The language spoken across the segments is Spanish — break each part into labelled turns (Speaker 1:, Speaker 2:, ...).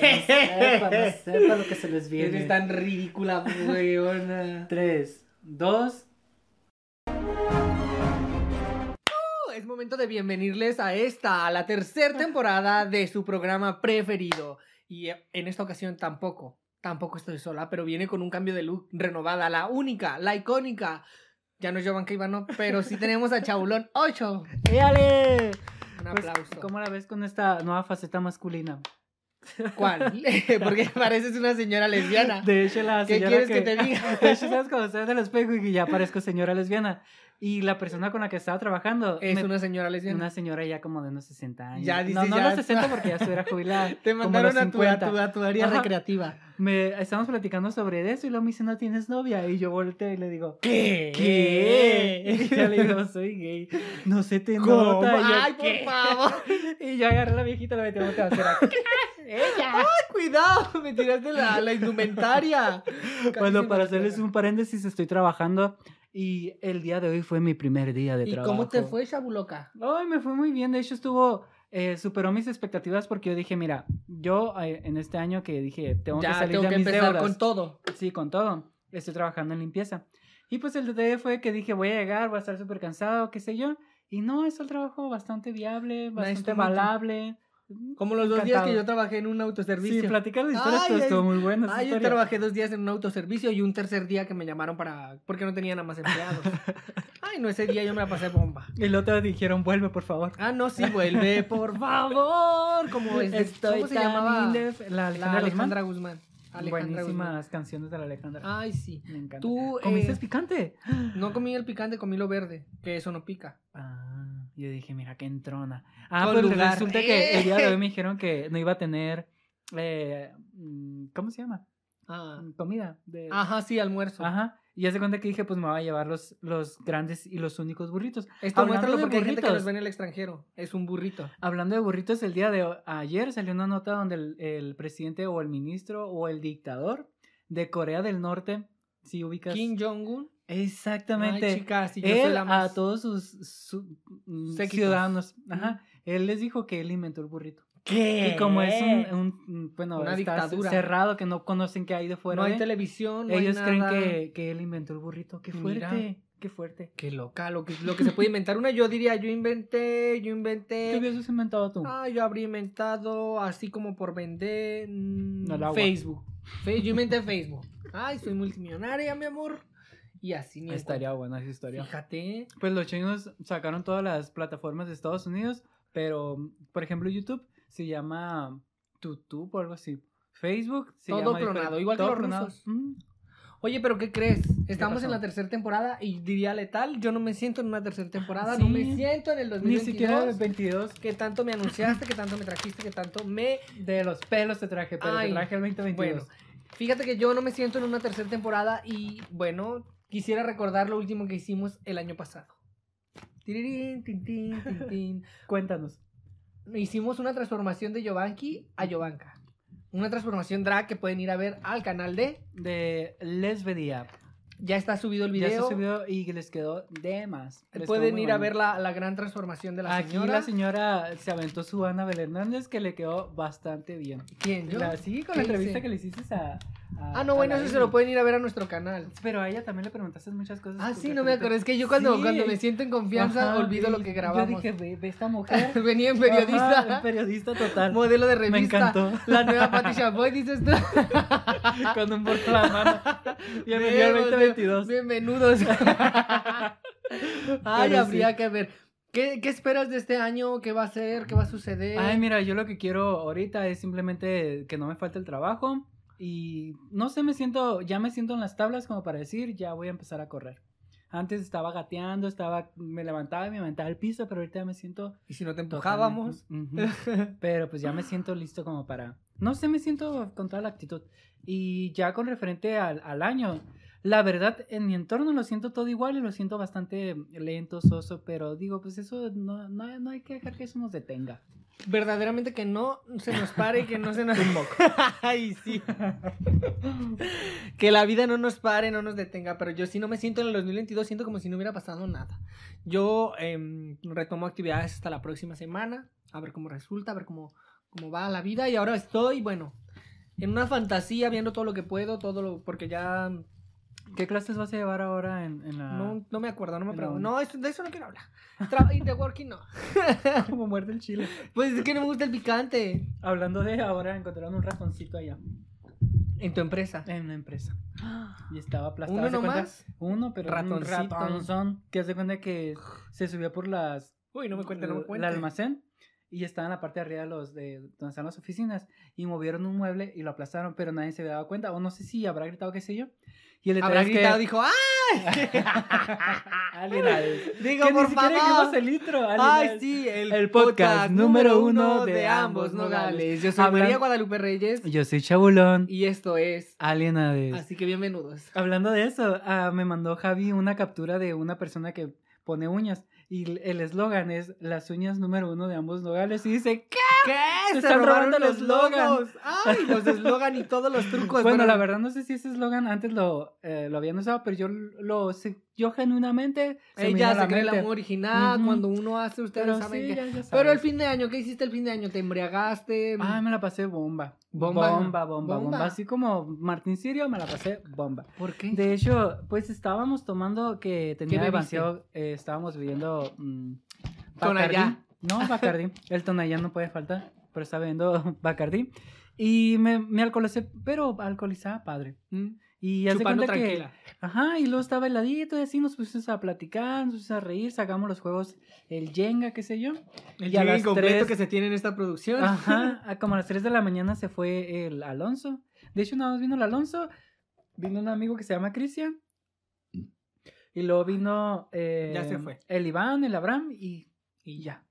Speaker 1: Sepa, no sepa lo que se les
Speaker 2: Eres
Speaker 1: viene.
Speaker 2: tan ridícula, weona.
Speaker 1: 3, 2.
Speaker 2: Es momento de bienvenirles a esta, a la tercera temporada de su programa preferido. Y eh, en esta ocasión tampoco, tampoco estoy sola, pero viene con un cambio de look renovada, la única, la icónica. Ya no es Jovanka Ivano, pero sí tenemos a Chaulón 8.
Speaker 1: ¡Éale!
Speaker 2: Un
Speaker 1: Pues,
Speaker 2: aplauso.
Speaker 1: ¿Cómo la ves con esta nueva faceta masculina?
Speaker 2: ¿Cuál? Porque pareces una señora lesbiana.
Speaker 1: De hecho, la
Speaker 2: ¿Qué
Speaker 1: señora
Speaker 2: quieres que te diga?
Speaker 1: De hecho, sabes cuando estás en el espejo y que ya parezco señora lesbiana. Y la persona con la que estaba trabajando
Speaker 2: Es
Speaker 1: me-
Speaker 2: una señora lesbiana.
Speaker 1: una señora ya como de unos 60 años.
Speaker 2: Ya dice,
Speaker 1: no, no
Speaker 2: ya
Speaker 1: los 60 porque ya estuviera jubilada.
Speaker 2: Te
Speaker 1: como
Speaker 2: mandaron
Speaker 1: los
Speaker 2: a tu, a
Speaker 1: 50.
Speaker 2: tu- a tu área
Speaker 1: Ajá.
Speaker 2: recreativa.
Speaker 1: Me estamos platicando sobre eso y luego me dice, "No tienes novia." Y yo volteo y le digo,
Speaker 2: ¿Qué?
Speaker 1: ¿Qué? Y yo le digo, soy gay. No se te
Speaker 2: ¿Cómo?
Speaker 1: nota. Y yo,
Speaker 2: Ay, por
Speaker 1: "¿Qué?".
Speaker 2: favor.
Speaker 1: Y yo agarré a la viejita y la metí a la acera.
Speaker 2: ¡Ay, cuidado! Me tiraste la, la indumentaria.
Speaker 1: Bueno, para hacerles un paréntesis, estoy trabajando y el día de hoy fue mi primer día de
Speaker 2: ¿Y
Speaker 1: trabajo.
Speaker 2: cómo te fue, Shabuloca?
Speaker 1: Ay, me fue muy bien. De hecho, estuvo. eh, superó mis expectativas porque yo dije, mira, yo eh, en este año que dije, tengo que
Speaker 2: Ya
Speaker 1: salir
Speaker 2: tengo
Speaker 1: de
Speaker 2: que
Speaker 1: mis
Speaker 2: empezar
Speaker 1: deudas.
Speaker 2: con todo.
Speaker 1: Sí, con todo. Estoy trabajando en limpieza. Y pues el detalle fue que dije, voy a llegar, voy a estar súper cansado, qué sé yo. Y no, es un trabajo bastante viable, bastante
Speaker 2: to meet you.
Speaker 1: valable.
Speaker 2: Como los dos días que
Speaker 1: Encantado.
Speaker 2: yo trabajé en un autoservicio.
Speaker 1: Sí, platicar de historias
Speaker 2: Ay,
Speaker 1: estuvo-
Speaker 2: es-
Speaker 1: estuvo muy bueno. esa
Speaker 2: Ah, yo
Speaker 1: historia.
Speaker 2: trabajé dos días en un autoservicio y un tercer día que me llamaron para... Porque no tenía nada más empleados. Ay, no, ese día yo me la pasé bomba.
Speaker 1: Y luego te dijeron, vuelve, por favor.
Speaker 2: Ah, no, sí, vuelve, por favor. Como es, Este, ¿Cómo se
Speaker 1: Pues, tan
Speaker 2: llamaba?
Speaker 1: indef- La
Speaker 2: La
Speaker 1: Alejandra,
Speaker 2: Alejandra Guzmán.
Speaker 1: Guzmán.
Speaker 2: Alejandra
Speaker 1: Buenísimas
Speaker 2: Guzmán.
Speaker 1: canciones de la Alejandra.
Speaker 2: Ay, sí.
Speaker 1: Me encanta.
Speaker 2: Tú,
Speaker 1: ¿Comiste
Speaker 2: eh,
Speaker 1: picante?
Speaker 2: no comí el picante, comí lo verde, que eso no pica.
Speaker 1: Ah, yo dije, mira, qué entrona. Ah,
Speaker 2: Todo
Speaker 1: pues
Speaker 2: lugar.
Speaker 1: resulta que el día de
Speaker 2: ¡Eh!
Speaker 1: hoy me dijeron que no iba a tener, eh, mm, ¿cómo se llama?
Speaker 2: Ah.
Speaker 1: Comida. De...
Speaker 2: Ajá, sí, almuerzo.
Speaker 1: Ajá. Y ya se cuenta que dije, pues me voy a llevar los, los grandes y los únicos burritos.
Speaker 2: Esto
Speaker 1: Hablando
Speaker 2: muéstralo
Speaker 1: de
Speaker 2: porque hay gente que
Speaker 1: burritos.
Speaker 2: nos ve en el extranjero. Es un burrito.
Speaker 1: Hablando de burritos, el día de ho- ayer salió una nota donde el, el presidente o el ministro o el dictador de Corea del Norte, si ubicas...
Speaker 2: Kim Jong-un.
Speaker 1: Exactamente.
Speaker 2: Ay, chicas, si yo soy
Speaker 1: él
Speaker 2: la más...
Speaker 1: a todos sus su- mm,
Speaker 2: Séquitos.
Speaker 1: ciudadanos, ajá, él les dijo que él inventó el burrito.
Speaker 2: ¿Qué?
Speaker 1: Y como es un, un- mm, bueno,
Speaker 2: Una
Speaker 1: está
Speaker 2: dictadura.
Speaker 1: cerrado que no conocen que hay de fuera,
Speaker 2: No hay
Speaker 1: de,
Speaker 2: televisión, no
Speaker 1: ellos
Speaker 2: hay
Speaker 1: creen
Speaker 2: nada.
Speaker 1: que, que él inventó el burrito. Qué
Speaker 2: Mira.
Speaker 1: fuerte, qué fuerte.
Speaker 2: Qué loca, lo que, lo que se puede inventar. Una yo diría, yo inventé, yo
Speaker 1: ¿Qué
Speaker 2: inventé...
Speaker 1: hubieses inventado tú?
Speaker 2: Eh, Ah, yo habría inventado así como por vender... mm,
Speaker 1: No, el agua.
Speaker 2: Facebook. Fe- Yo inventé Facebook. Ay, soy multimillonaria, mi amor. Y así ni en
Speaker 1: Estaría buena esa historia.
Speaker 2: cuenta. Fíjate.
Speaker 1: Pues los chinos sacaron todas las plataformas de Estados Unidos, pero mm, por ejemplo YouTube se llama Tutu o algo así. Facebook se
Speaker 2: Todo
Speaker 1: llama
Speaker 2: clonado,
Speaker 1: diferente-
Speaker 2: igual que
Speaker 1: todo
Speaker 2: los
Speaker 1: clonado.
Speaker 2: rusos.
Speaker 1: Mm.
Speaker 2: Oye, pero ¿qué crees? Estamos en
Speaker 1: pasó? Ah,
Speaker 2: la tercera temporada y diría letal, yo no me siento en una tercera temporada,
Speaker 1: Sí.
Speaker 2: no me siento en el
Speaker 1: Ni
Speaker 2: 2022.
Speaker 1: siquiera el 22
Speaker 2: que tanto me anunciaste, que tanto me trajiste, que tanto me...
Speaker 1: de los pelos te traje, pero
Speaker 2: Ay,
Speaker 1: te traje el 2022.
Speaker 2: Bueno, fíjate que yo no me siento en una tercera temporada y bueno, quisiera recordar lo último que hicimos el año pasado. Tirirín, tin, tin, tin, tin.
Speaker 1: Cuéntanos.
Speaker 2: Hicimos una transformación de Yovanki a Yovanka. Una transformación drag que pueden ir a ver al canal de...
Speaker 1: De Lesbedia.
Speaker 2: Ya está subido el
Speaker 1: Ya
Speaker 2: video. Eh,
Speaker 1: se subió y les quedó de más. Les quedó
Speaker 2: Pueden
Speaker 1: muy
Speaker 2: ir a
Speaker 1: bueno.
Speaker 2: ver la, la gran transformación de la
Speaker 1: Aquí
Speaker 2: señora.
Speaker 1: la señora se aventó su Ana Bel Hernández que le quedó bastante bien.
Speaker 2: ¿Quién? ¿Yo?
Speaker 1: La- sí, con
Speaker 2: ¿Qué
Speaker 1: la entrevista
Speaker 2: hice?
Speaker 1: que le hiciste a. a-
Speaker 2: Ah, no,
Speaker 1: a
Speaker 2: bueno,
Speaker 1: la
Speaker 2: eso se
Speaker 1: Amy.
Speaker 2: lo pueden ir a ver a nuestro canal.
Speaker 1: Pero a ella también le preguntaste muchas cosas.
Speaker 2: Ah,
Speaker 1: con
Speaker 2: sí, no me
Speaker 1: referente-
Speaker 2: acuerdo. Es que yo cuando,
Speaker 1: Sí.
Speaker 2: cuando me siento en confianza
Speaker 1: Ajá,
Speaker 2: olvido lo
Speaker 1: sí.
Speaker 2: que grabamos.
Speaker 1: Yo dije, ve, ve esta mujer.
Speaker 2: Venía en periodista,
Speaker 1: Ajá, periodista total.
Speaker 2: modelo de
Speaker 1: Me
Speaker 2: revista.
Speaker 1: encantó.
Speaker 2: La nueva Patti Chapoy, dices tú.
Speaker 1: Con un por la mano. Bienvenido al
Speaker 2: Bien,
Speaker 1: 2022.
Speaker 2: Bienvenudos. Ay,
Speaker 1: Pero
Speaker 2: habría
Speaker 1: sí.
Speaker 2: que ver. ¿Qué, ¿Qué esperas de este año? ¿Qué va a ser? ¿Qué va a suceder?
Speaker 1: Ay, mira, yo lo que quiero ahorita es simplemente que no me falte el trabajo. Y no sé, me siento, ya me siento en las tablas como para decir, ya voy a empezar a correr. Antes estaba gateando, estaba, me levantaba y me levantaba al piso, pero ahorita ya me siento
Speaker 2: y si no te empujábamos.
Speaker 1: Totalmente. Ujú. Pero pues ya me siento listo como para... No sé, me siento con toda la actitud. Y ya con referente al, al año, la verdad, en mi entorno lo siento todo igual y lo siento bastante lento, soso, pero digo, pues eso no, no, no hay que dejar que eso nos detenga.
Speaker 2: Verdaderamente que no se nos pare y que no se nos. Ay, sí. que la vida no nos pare, no nos detenga. Pero yo sí no me siento en el 2022, siento como si no hubiera pasado nada. Yo em, retomo actividades hasta la próxima semana, a ver cómo resulta, a ver cómo, como va la vida y ahora estoy, bueno, en una fantasía viendo todo lo que puedo, todo lo, porque ya
Speaker 1: ¿Qué clases vas a llevar ahora en, en la...
Speaker 2: no, no me acuerdo, no me
Speaker 1: No.
Speaker 2: pregunto. No, eso- de eso no quiero hablar. Tra- y de working no.
Speaker 1: como muerde el chile.
Speaker 2: Pues es que no me gusta el picante
Speaker 1: Hablando de ahora, encontraron un ratoncito allá
Speaker 2: en tu empresa.
Speaker 1: en la empresa. Y estaba aplastado.
Speaker 2: ¿Uno
Speaker 1: ¿se cuenta?
Speaker 2: nomás?
Speaker 1: Uno, pero
Speaker 2: Ratoncito.
Speaker 1: un ratonzón que hace cuenta que se subía por las
Speaker 2: Uy, no me cuenta, no me
Speaker 1: el
Speaker 2: cuenta.
Speaker 1: almacén y estaba en la parte de arriba de los de donde están las oficinas y movieron un mueble y lo aplastaron, pero nadie se había dado cuenta o no sé si habrá gritado qué sé yo. Y el detalle
Speaker 2: Habrá
Speaker 1: es que-
Speaker 2: gritado, dijo, "Ah, ¡ay!
Speaker 1: Alguien ha de-
Speaker 2: digo,
Speaker 1: que
Speaker 2: por
Speaker 1: ni siquiera llevamos
Speaker 2: favor.
Speaker 1: el litro. alguien ha de-
Speaker 2: Ay, sí, el,
Speaker 1: El podcast número uno de ambos
Speaker 2: nogales. Yo soy
Speaker 1: Hablan-
Speaker 2: María Guadalupe Reyes
Speaker 1: Yo soy Chabulón.
Speaker 2: y esto es.
Speaker 1: Alien ha de-
Speaker 2: Así que bienvenidos.
Speaker 1: Hablando de eso, ah, me mandó Javi una captura de una persona que pone uñas y el- el eslogan es las uñas número uno de ambos nogales y dice ¿qué?
Speaker 2: ¿Qué?
Speaker 1: ¡Ah! Se están
Speaker 2: robaron
Speaker 1: robando los
Speaker 2: logos. Ay, los eslogan y todos los trucos.
Speaker 1: Bueno, la verdad no sé si ese eslogan antes lo, eh, lo habían usado, pero yo lo sé- yo genuinamente se me vino a
Speaker 2: Ella
Speaker 1: la
Speaker 2: se cree el
Speaker 1: mente.
Speaker 2: amor original.
Speaker 1: Ujú.
Speaker 2: Cuando uno hace, ustedes
Speaker 1: Pero
Speaker 2: saben
Speaker 1: sí,
Speaker 2: que.
Speaker 1: ya- ya
Speaker 2: Pero el
Speaker 1: sabes.
Speaker 2: fin de año, ¿qué hiciste el fin de año? ¿Te embriagaste?
Speaker 1: Ay, me la pasé bomba.
Speaker 2: Bomba.
Speaker 1: Bomba, bomba, bomba.
Speaker 2: Bomba.
Speaker 1: Así como Martín Sirio, me la pasé bomba.
Speaker 2: ¿Por qué?
Speaker 1: De hecho, pues estábamos tomando que tenía
Speaker 2: bebiste?
Speaker 1: demasiado, eh, estábamos bebiendo mm, Bacardí.
Speaker 2: Tonayá.
Speaker 1: No, Bacardí. El Tonayá no puede faltar, pero estaba bebiendo Bacardí. Y me, me alcoholicé, pero alcoholizada, padre.
Speaker 2: Mm.
Speaker 1: Y hace
Speaker 2: Chupando
Speaker 1: cuenta que
Speaker 2: tranquila.
Speaker 1: Ajá, y luego estaba heladito y así nos pusimos a platicar, nos pusimos a reír, sacamos los juegos, el Jenga, qué sé yo.
Speaker 2: El
Speaker 1: y a
Speaker 2: día
Speaker 1: las
Speaker 2: incompleto
Speaker 1: tres- Ah,
Speaker 2: que se tiene en esta producción.
Speaker 1: Ajá, a como a las 3 de la mañana se fue el Alonso. De hecho, nada más vino el Alonso, vino un amigo que se llama Cristian, y luego vino eh,
Speaker 2: Mm. Ya se fue.
Speaker 1: el Iván, el Abraham y, y ya.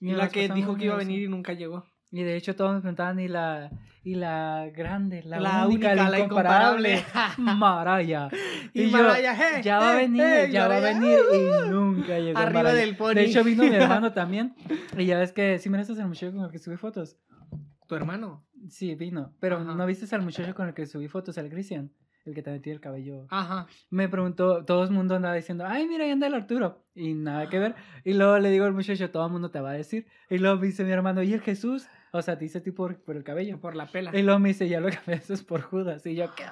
Speaker 1: Y
Speaker 2: la
Speaker 1: nos
Speaker 2: que
Speaker 1: pasamos
Speaker 2: dijo que iba a
Speaker 1: eso.
Speaker 2: venir y nunca llegó.
Speaker 1: Y de hecho todos nos preguntaban, y la, y la grande, la,
Speaker 2: La,
Speaker 1: única, la incomparable, Maraya.
Speaker 2: y
Speaker 1: yo,
Speaker 2: Maraya, hey,
Speaker 1: ya va a
Speaker 2: hey,
Speaker 1: venir,
Speaker 2: hey,
Speaker 1: ya va a
Speaker 2: Maraya,
Speaker 1: venir
Speaker 2: uh,
Speaker 1: y nunca llegó.
Speaker 2: Eh, Arriba
Speaker 1: Mariah.
Speaker 2: del pony.
Speaker 1: De hecho vino mi hermano también y ya ves que sí miraste al muchacho con el que subí fotos.
Speaker 2: Tu hermano.
Speaker 1: Sí, vino, pero
Speaker 2: Ajá.
Speaker 1: no viste al muchacho con el que subí fotos, al Cristian, el que también tiene el cabello.
Speaker 2: Ajá.
Speaker 1: Me preguntó, todo el mundo andaba diciendo, ay, mira, ahí anda el Arturo. Y nada que ver. Y luego le digo al muchacho, todo el mundo te va a decir. Y luego me dice mi hermano, ¿y el Jesús? O sea, te dice a ti por, por el cabello.
Speaker 2: Por la pela.
Speaker 1: Y luego me dice, ya lo cambiaste por Judas. Y yo, ¿qué?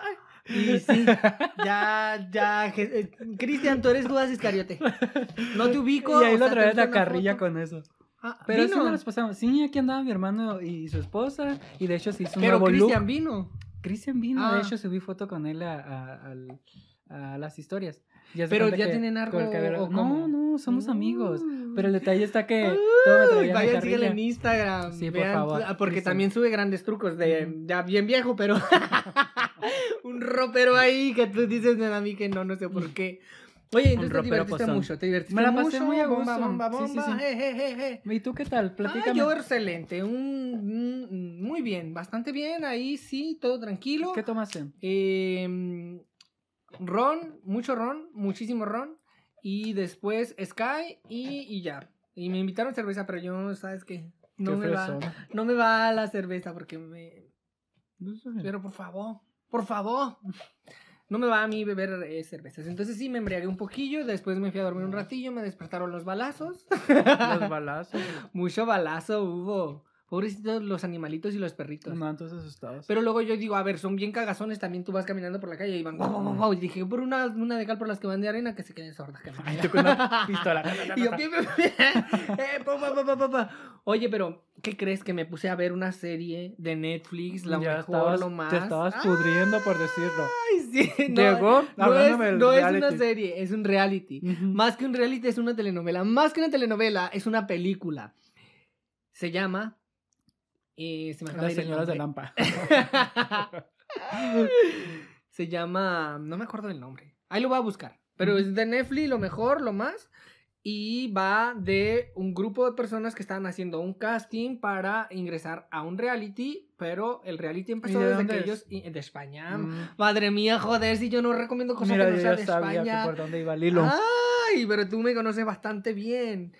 Speaker 2: Y sí, ya, ya. Je- eh, Cristian, tú eres Judas Iscariote. No te ubico.
Speaker 1: Y ahí
Speaker 2: o
Speaker 1: lo
Speaker 2: sea, te
Speaker 1: traes
Speaker 2: ubico
Speaker 1: la
Speaker 2: en una
Speaker 1: carrilla
Speaker 2: foto.
Speaker 1: con eso.
Speaker 2: Ah,
Speaker 1: Pero sí
Speaker 2: vino.
Speaker 1: nos las pasamos. Sí, aquí andaba mi hermano y su esposa. Y de hecho se hizo un
Speaker 2: Pero
Speaker 1: nuevo
Speaker 2: Cristian
Speaker 1: Cristian...
Speaker 2: vino.
Speaker 1: Cristian vino,
Speaker 2: Ah.
Speaker 1: de hecho subí foto con él a, a- al- a las historias. Y hace
Speaker 2: Pero
Speaker 1: cuenta
Speaker 2: ya
Speaker 1: que-
Speaker 2: tienen algo
Speaker 1: con el cabello-
Speaker 2: o cómo? Ah.
Speaker 1: No, no, somos amigos. Pero el detalle está que todo me
Speaker 2: Uy,
Speaker 1: traía la
Speaker 2: vayan, síguele
Speaker 1: carrilla.
Speaker 2: en Instagram.
Speaker 1: Sí, por
Speaker 2: vean,
Speaker 1: favor,
Speaker 2: ah, Porque
Speaker 1: Cristian.
Speaker 2: también sube grandes trucos de
Speaker 1: Ujú.
Speaker 2: ya bien viejo, pero un ropero ahí que tú dices "Nena, a mí que no, no sé por qué. Oye, entonces te
Speaker 1: ropero
Speaker 2: divertiste
Speaker 1: pozón.
Speaker 2: mucho, te divertiste
Speaker 1: Me la pasé
Speaker 2: mucho,
Speaker 1: muy a
Speaker 2: bomba,
Speaker 1: gusto.
Speaker 2: bomba,
Speaker 1: Sí, sí,
Speaker 2: bomba,
Speaker 1: sí.
Speaker 2: eh, eh, eh, eh.
Speaker 1: ¿Y tú qué tal?
Speaker 2: Ah,
Speaker 1: Platícame.
Speaker 2: yo excelente, un, un- muy bien, bastante bien, ahí sí, todo tranquilo.
Speaker 1: ¿Qué tomaste?
Speaker 2: Eh, ron, mucho ron, muchísimo ron. Y después Sky y, y ya. Y me invitaron cerveza, pero yo, ¿sabes qué? No,
Speaker 1: Qué
Speaker 2: me va,
Speaker 1: fresón.
Speaker 2: no me va la cerveza porque me... Pero por favor, por favor. No me va a mí beber eh, cervezas. Entonces sí, me embriagué un poquillo, después me fui a dormir un ratillo, me despertaron los balazos.
Speaker 1: Los balazos.
Speaker 2: Mucho balazo hubo. Pobrecitos los animalitos y los perritos.
Speaker 1: No, entonces asustados.
Speaker 2: Pero luego yo digo, a ver, son bien cagazones, también tú vas caminando por la calle y van guau, guau, guau, guau, Y dije, por una, una de cal por las que van de arena que se queden sordas. que no".
Speaker 1: Ay, tú con una pistola.
Speaker 2: y yo, "Pi, pi, pi". Eh, pa, pa, pa, pa, pa, pa. Oye, pero, ¿qué crees? Que me puse a ver una serie de Netflix, la
Speaker 1: Ya
Speaker 2: mejor,
Speaker 1: estabas-
Speaker 2: lo más.
Speaker 1: Te estabas pudriendo por decirlo.
Speaker 2: Ay, sí, no,
Speaker 1: Llegó
Speaker 2: no es,
Speaker 1: hablándome del
Speaker 2: no es
Speaker 1: reality.
Speaker 2: una serie, es un reality.
Speaker 1: Ujú.
Speaker 2: Más que un reality es una telenovela. Más que una telenovela es una película. Se llama... eh, se me acaba
Speaker 1: Las
Speaker 2: de ir el
Speaker 1: señoras de
Speaker 2: nombre.
Speaker 1: Lampa.
Speaker 2: Ah, Se llama. No me acuerdo del nombre. Ahí lo voy a buscar. Pero es de Netflix, lo mejor, lo más. Y va de un grupo de personas que estaban haciendo un casting para ingresar a un reality. Pero el reality empezó
Speaker 1: ¿Y de
Speaker 2: desde
Speaker 1: dónde
Speaker 2: que
Speaker 1: es?
Speaker 2: ellos. y- De España.
Speaker 1: Mm.
Speaker 2: Madre mía, joder, si yo no recomiendo cosas
Speaker 1: Mira,
Speaker 2: que no
Speaker 1: yo
Speaker 2: sean
Speaker 1: ya
Speaker 2: de
Speaker 1: sabía que
Speaker 2: España. Ah,
Speaker 1: por dónde iba el hilo.
Speaker 2: Ay, pero tú me conoces bastante bien.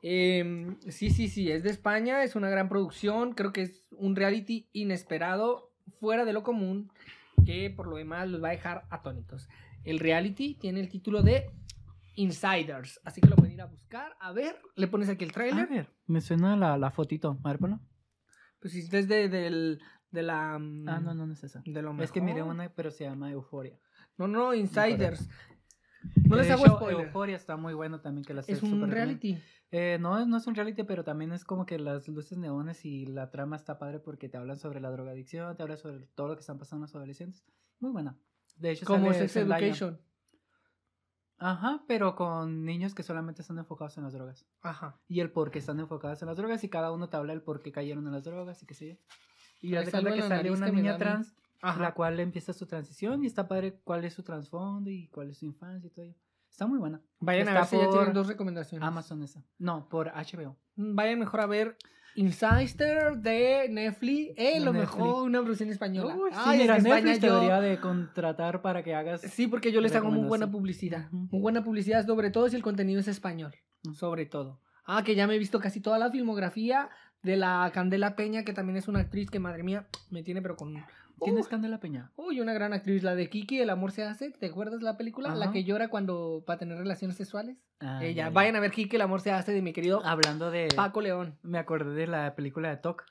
Speaker 2: Em, sí, sí, sí, es de España, es una gran producción, creo que es un reality inesperado, fuera de lo común, que por lo demás los va a dejar atónitos. El reality tiene el título de Insiders, así que lo pueden ir a buscar, a ver, le pones aquí el
Speaker 1: A
Speaker 2: tráiler.
Speaker 1: ver, me suena la, la fotito. A ver, ponlo.
Speaker 2: Pues es desde del, de la... mm,
Speaker 1: Ah, no, no, no es esa.
Speaker 2: De lo mejor.
Speaker 1: Es que miré una, pero se llama Euforia.
Speaker 2: No, no, Insiders.
Speaker 1: Que
Speaker 2: No
Speaker 1: de
Speaker 2: les hago
Speaker 1: hecho,
Speaker 2: spoiler.
Speaker 1: Euforia está muy bueno también que la
Speaker 2: Es
Speaker 1: sé
Speaker 2: un
Speaker 1: superrecomiendo.
Speaker 2: reality.
Speaker 1: Eh, no, es- no es un reality, pero también es como que las luces neones y la trama está padre porque te hablan sobre la drogadicción, te hablan sobre todo lo que están pasando los adolescentes. Muy buena. De hecho,
Speaker 2: Como
Speaker 1: sale
Speaker 2: Sex
Speaker 1: Zendaya.
Speaker 2: Education.
Speaker 1: Ajá, pero con niños que solamente están enfocados en las drogas.
Speaker 2: Ajá.
Speaker 1: Y el por qué están enfocados en las drogas y cada uno te habla el por qué cayeron en las drogas y qué sé yo. Y
Speaker 2: Me
Speaker 1: haz de cuenta
Speaker 2: salva
Speaker 1: que
Speaker 2: la
Speaker 1: sale
Speaker 2: nariz
Speaker 1: una
Speaker 2: que me
Speaker 1: niña
Speaker 2: da a mí.
Speaker 1: trans
Speaker 2: Ajá.
Speaker 1: la cual empieza su transición y está padre cuál es su trasfondo y cuál es su infancia y todo ello. Está muy buena.
Speaker 2: Vayan a
Speaker 1: está
Speaker 2: ver si ya tienen
Speaker 1: por
Speaker 2: dos recomendaciones. Mm,
Speaker 1: Amazon esa. No, por HBO.
Speaker 2: Vayan mejor a ver Insider de Netflix. Eh, lo
Speaker 1: De
Speaker 2: mejor una versión española.
Speaker 1: Uy, sí,
Speaker 2: Ay, es
Speaker 1: mira,
Speaker 2: que España
Speaker 1: Netflix te
Speaker 2: yo-
Speaker 1: debería de contratar para que hagas...
Speaker 2: Sí, porque yo les hago muy buena
Speaker 1: Recomendación.
Speaker 2: publicidad.
Speaker 1: Ujú.
Speaker 2: Muy buena publicidad, sobre todo si el contenido es español.
Speaker 1: Ujú.
Speaker 2: Sobre todo. Ah, que ya me he visto casi toda la filmografía de la Candela Peña, que también es una actriz que, madre mía, me tiene, pero con.
Speaker 1: ¿Quién es
Speaker 2: Uh,
Speaker 1: Candela Peña?
Speaker 2: Uy, una gran actriz, la de Kiki, El amor se hace. ¿Te acuerdas la película? La
Speaker 1: Ajá.
Speaker 2: que llora cuando. para tener relaciones sexuales.
Speaker 1: Ah,
Speaker 2: Ella.
Speaker 1: ya, Ah, ya.
Speaker 2: Eh, Vayan a ver Kiki, El amor se hace de mi querido
Speaker 1: Hablando de...
Speaker 2: Paco León.
Speaker 1: Me acordé de la película de TOC.